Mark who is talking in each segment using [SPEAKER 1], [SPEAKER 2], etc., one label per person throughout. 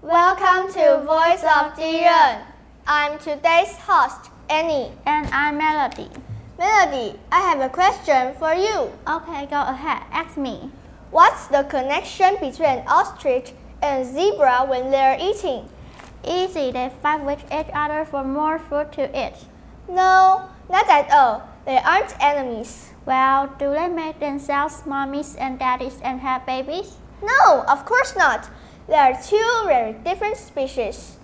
[SPEAKER 1] Welcome to Voice of Jiren. I'm today's host, Annie.
[SPEAKER 2] And I'm Melody.
[SPEAKER 1] Melody, I have a question for you.
[SPEAKER 2] Okay, go ahead, ask me.
[SPEAKER 1] What's the connection between ostrich and zebra when they're eating?
[SPEAKER 2] Easy, they fight with each other for more food to eat.
[SPEAKER 1] No, not at all. They aren't enemies.
[SPEAKER 2] Well, do they make themselves mommies and daddies and have babies?
[SPEAKER 1] No, of course not. They are two very different species.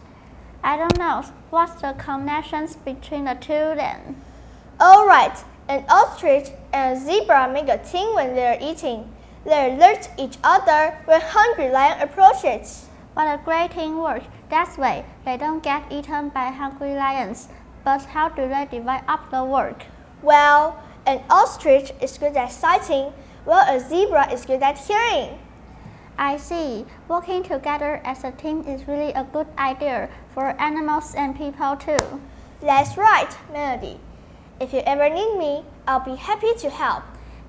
[SPEAKER 2] I don't know. What's the connections between the two then?
[SPEAKER 1] Alright, an ostrich and zebra make a team when they're eating. They alert each other when hungry lion approaches.
[SPEAKER 2] What a great teamwork. That way, they don't get eaten by hungry lions. But how do they divide up the work?
[SPEAKER 1] Well, an ostrich is good at sighting, while a zebra is good at hearing.
[SPEAKER 2] I see. Working together as a team is really a good idea for animals and people too.
[SPEAKER 1] That's right, Melody. If you ever need me, I'll be happy to help.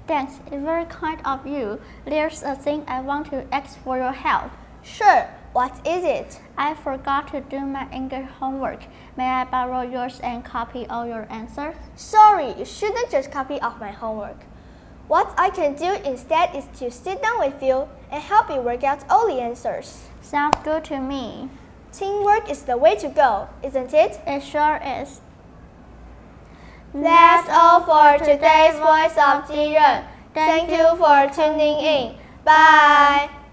[SPEAKER 2] Thanks, it's very kind of you. There's a thing I want to ask for your help.
[SPEAKER 1] Sure, what is it?
[SPEAKER 2] I forgot to do my English homework. May I borrow yours and copy all your answers?
[SPEAKER 1] Sorry, you shouldn't just copy off my homework. What I can do instead is to sit down with you and help you work out all the answers.
[SPEAKER 2] Sounds good to me.
[SPEAKER 1] Teamwork is the way to go, isn't it?
[SPEAKER 2] It sure is.
[SPEAKER 1] That's all for today's Voice of Jiren. Thank you for tuning in. Bye.